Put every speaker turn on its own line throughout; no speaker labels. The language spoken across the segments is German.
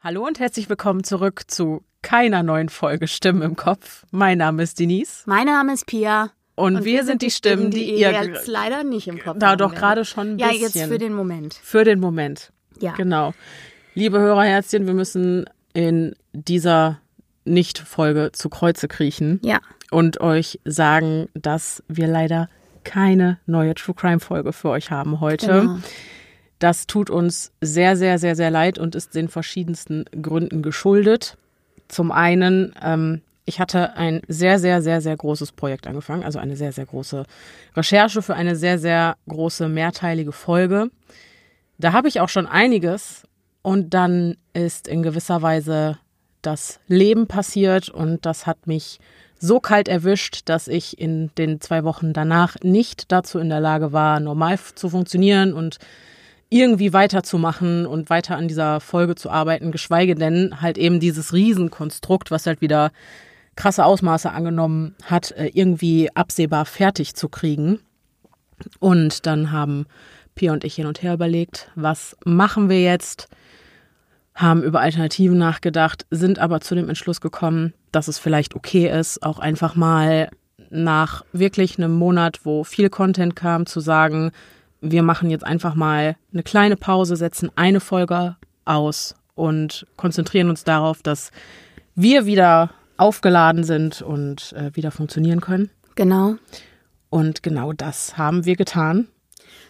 Hallo und herzlich willkommen zurück zu keiner neuen Folge Stimmen im Kopf. Mein Name ist Denise
Mein Name ist Pia.
und, wir, sind die Stimmen, die, ihr
jetzt leider nicht im Kopf
da
haben
doch
werdet.
gerade schon ein
Ja,
bisschen
jetzt für den Moment.
für den Moment.
Ja.
Genau. Liebe Hörerherzchen, wir müssen in dieser Nicht-Folge zu Kreuze kriechen
Ja.
und euch sagen, dass wir leider keine neue True Crime Folge für euch haben heute.
Genau.
Das tut uns sehr, sehr, sehr, sehr leid und ist den verschiedensten Gründen geschuldet. Zum einen, ähm, ich hatte ein sehr, sehr, sehr, sehr großes Projekt angefangen, also eine sehr, sehr große Recherche für eine sehr, sehr große mehrteilige Folge. Da habe ich auch schon einiges und dann ist in gewisser Weise das Leben passiert und das hat mich so kalt erwischt, dass ich in den zwei Wochen danach nicht dazu in der Lage war, normal f- zu funktionieren und irgendwie weiterzumachen und weiter an dieser Folge zu arbeiten, geschweige denn halt eben dieses Riesenkonstrukt, was halt wieder krasse Ausmaße angenommen hat, äh, irgendwie absehbar fertig zu kriegen. Und dann haben Pia und ich hin und her überlegt, was machen wir jetzt? Haben über Alternativen nachgedacht, sind aber zu dem Entschluss gekommen, dass es vielleicht okay ist, auch einfach mal nach wirklich einem Monat, wo viel Content kam, zu sagen, wir machen jetzt einfach mal eine kleine Pause, setzen eine Folge aus und konzentrieren uns darauf, dass wir wieder aufgeladen sind und äh, wieder funktionieren können.
Genau.
Und genau das haben wir getan.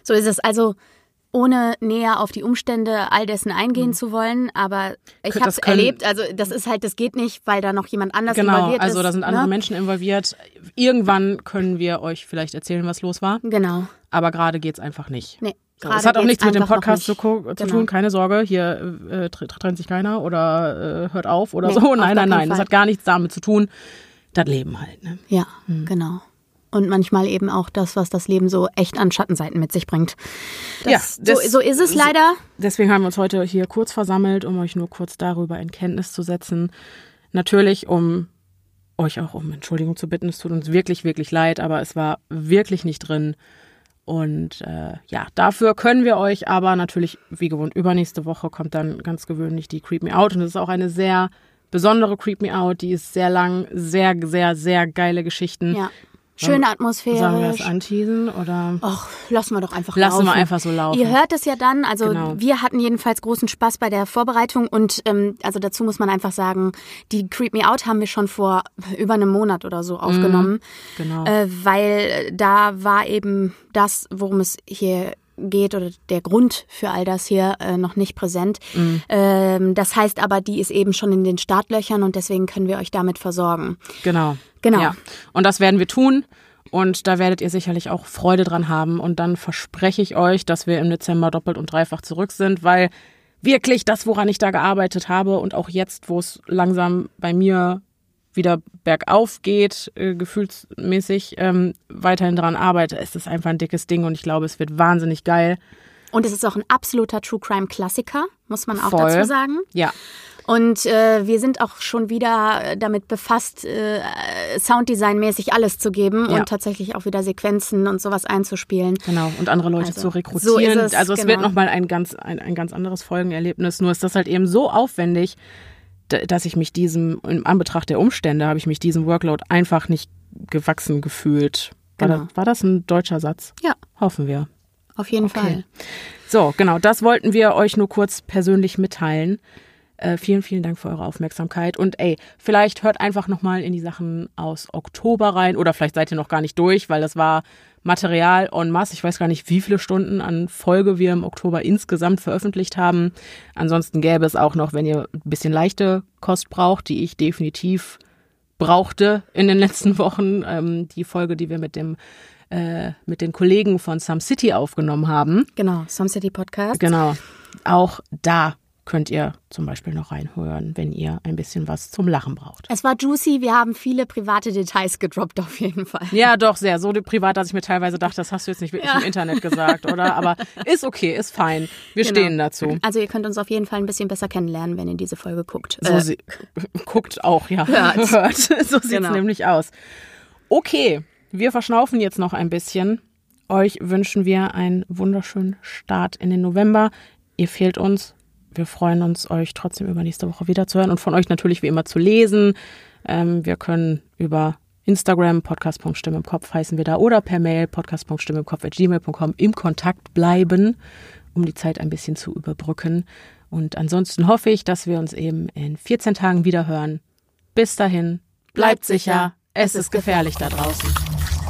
So ist es. Also ohne näher auf die Umstände all dessen eingehen zu wollen, aber ich
Mhm. Kö-
habe
das
es
können-
erlebt. Also das ist halt, das geht nicht, weil da noch jemand anders
Genau,
involviert ist.
also da sind andere
ne?
Menschen involviert. Irgendwann können wir euch vielleicht erzählen, was los war,
Genau.
aber gerade geht's einfach nicht.
Nee.
So,
gerade
es hat auch
geht's
nichts mit dem
einfach noch
Podcast zu,
nicht.
ko- zu
Genau.
tun, keine Sorge, hier äh, tre- tre- trennt sich keiner oder äh, hört auf oder
Nee,
so. Nein,
auf gar
nein,
keinen
nein, das
Fall.
hat gar nichts damit zu tun. Das Leben halt. Ne?
Ja, genau. Und manchmal eben auch das, was das Leben so echt an Schattenseiten mit sich bringt. Das,
Ja, das-
so, so ist es
so-
leider.
Deswegen haben wir uns heute hier kurz versammelt, um euch nur kurz darüber in Kenntnis zu setzen. Natürlich, um euch auch um Entschuldigung zu bitten. Es tut uns wirklich, wirklich leid, aber es war wirklich nicht drin. Und äh, ja, dafür können wir euch aber natürlich, wie gewohnt, übernächste Woche kommt dann ganz gewöhnlich die Creep Me Out. Und es ist auch eine sehr besondere Creep Me Out. Die ist sehr lang, sehr, sehr, sehr geile Geschichten.
Ja. Schöne
Sollen Mhm. wir
Atmosphäre.
das anteasen oder?
Och, lassen wir doch einfach
Lassen
Oh, laufen.
wir einfach so laufen.
Ihr hört es ja dann, also
Genau.
wir hatten jedenfalls großen Spaß bei der Vorbereitung und ähm, also dazu muss man einfach sagen, die Creep Me Out haben wir schon vor über einem Monat oder
Mhm.
so aufgenommen,
Genau.
äh, weil da war eben das, worum es hier geht oder der Grund für all das hier äh, noch nicht präsent.
Mhm.
Ähm, das heißt aber, die ist eben schon in den Startlöchern und deswegen können wir euch damit versorgen.
Genau.
Genau.
Ja. Und das werden wir tun. Und da werdet ihr sicherlich auch Freude dran haben. Und dann verspreche ich euch, dass wir im Dezember doppelt und dreifach zurück sind, weil wirklich das, woran ich da gearbeitet habe und auch jetzt, wo es langsam bei mir wieder bergauf geht, äh, gefühlsmäßig ähm, weiterhin dran arbeite, es ist einfach ein dickes Ding und ich glaube, es wird wahnsinnig geil.
Und es ist auch ein absoluter True Crime Klassiker, muss man auch
Voll.
dazu sagen.
Ja,
Und äh, wir sind auch schon wieder äh, damit befasst, äh, Sounddesign-mäßig alles zu geben
Ja.
und tatsächlich auch wieder Sequenzen und sowas einzuspielen.
Genau, und andere Leute
Also,
zu rekrutieren.
so ist es,
also es wird
genau.
nochmal ein ganz, ein, ein ganz anderes Folgenerlebnis. Nur ist das halt eben so aufwendig, d- dass ich mich diesem, im Anbetracht der Umstände, habe ich mich diesem Workload einfach nicht gewachsen gefühlt. War,
Genau.
das, war das ein deutscher Satz?
Ja,
Hoffen wir.
auf jeden Fall.
So, genau, das wollten wir euch nur kurz persönlich mitteilen. Äh, vielen, vielen Dank für eure Aufmerksamkeit. Und ey, vielleicht hört einfach nochmal in die Sachen aus Oktober rein oder vielleicht seid ihr noch gar nicht durch, weil das war Material en masse. Ich weiß gar nicht, wie viele Stunden an Folge wir im Oktober insgesamt veröffentlicht haben. Ansonsten gäbe es auch noch, wenn ihr ein bisschen leichte Kost braucht, die ich definitiv brauchte in den letzten Wochen, ähm, die Folge, die wir mit dem äh, mit den Kollegen von Some City aufgenommen haben.
Genau, Some City Podcast.
Genau. Auch da könnt ihr zum Beispiel noch reinhören, wenn ihr ein bisschen was zum Lachen braucht.
Es war juicy, wir haben viele private Details gedroppt auf jeden Fall.
Ja, doch, sehr. So privat, dass ich mir teilweise dachte, das hast du jetzt nicht wirklich im Internet gesagt, oder? Aber ist okay, ist fein. Wir stehen dazu.
Also ihr könnt uns auf jeden Fall ein bisschen besser kennenlernen, wenn ihr diese Folge guckt.
So
Äh,
sie guckt auch, ja.
hört.
Hört. So sieht's
Genau.
nämlich aus. Okay, wir verschnaufen jetzt noch ein bisschen. Euch wünschen wir einen wunderschönen Start in den November. Ihr fehlt uns. wir freuen uns, euch trotzdem über nächste Woche wieder zu hören und von euch natürlich wie immer zu lesen. Ähm, wir können über Instagram, podcast.stimme im Kopf heißen wir da oder per Mail podcast.stimme im Kopf at gmail.com im Kontakt bleiben, um die Zeit ein bisschen zu überbrücken. Und ansonsten hoffe ich, dass wir uns eben in 14 Tagen wieder hören. Bis dahin, bleibt sicher, es ist gefährlich da draußen.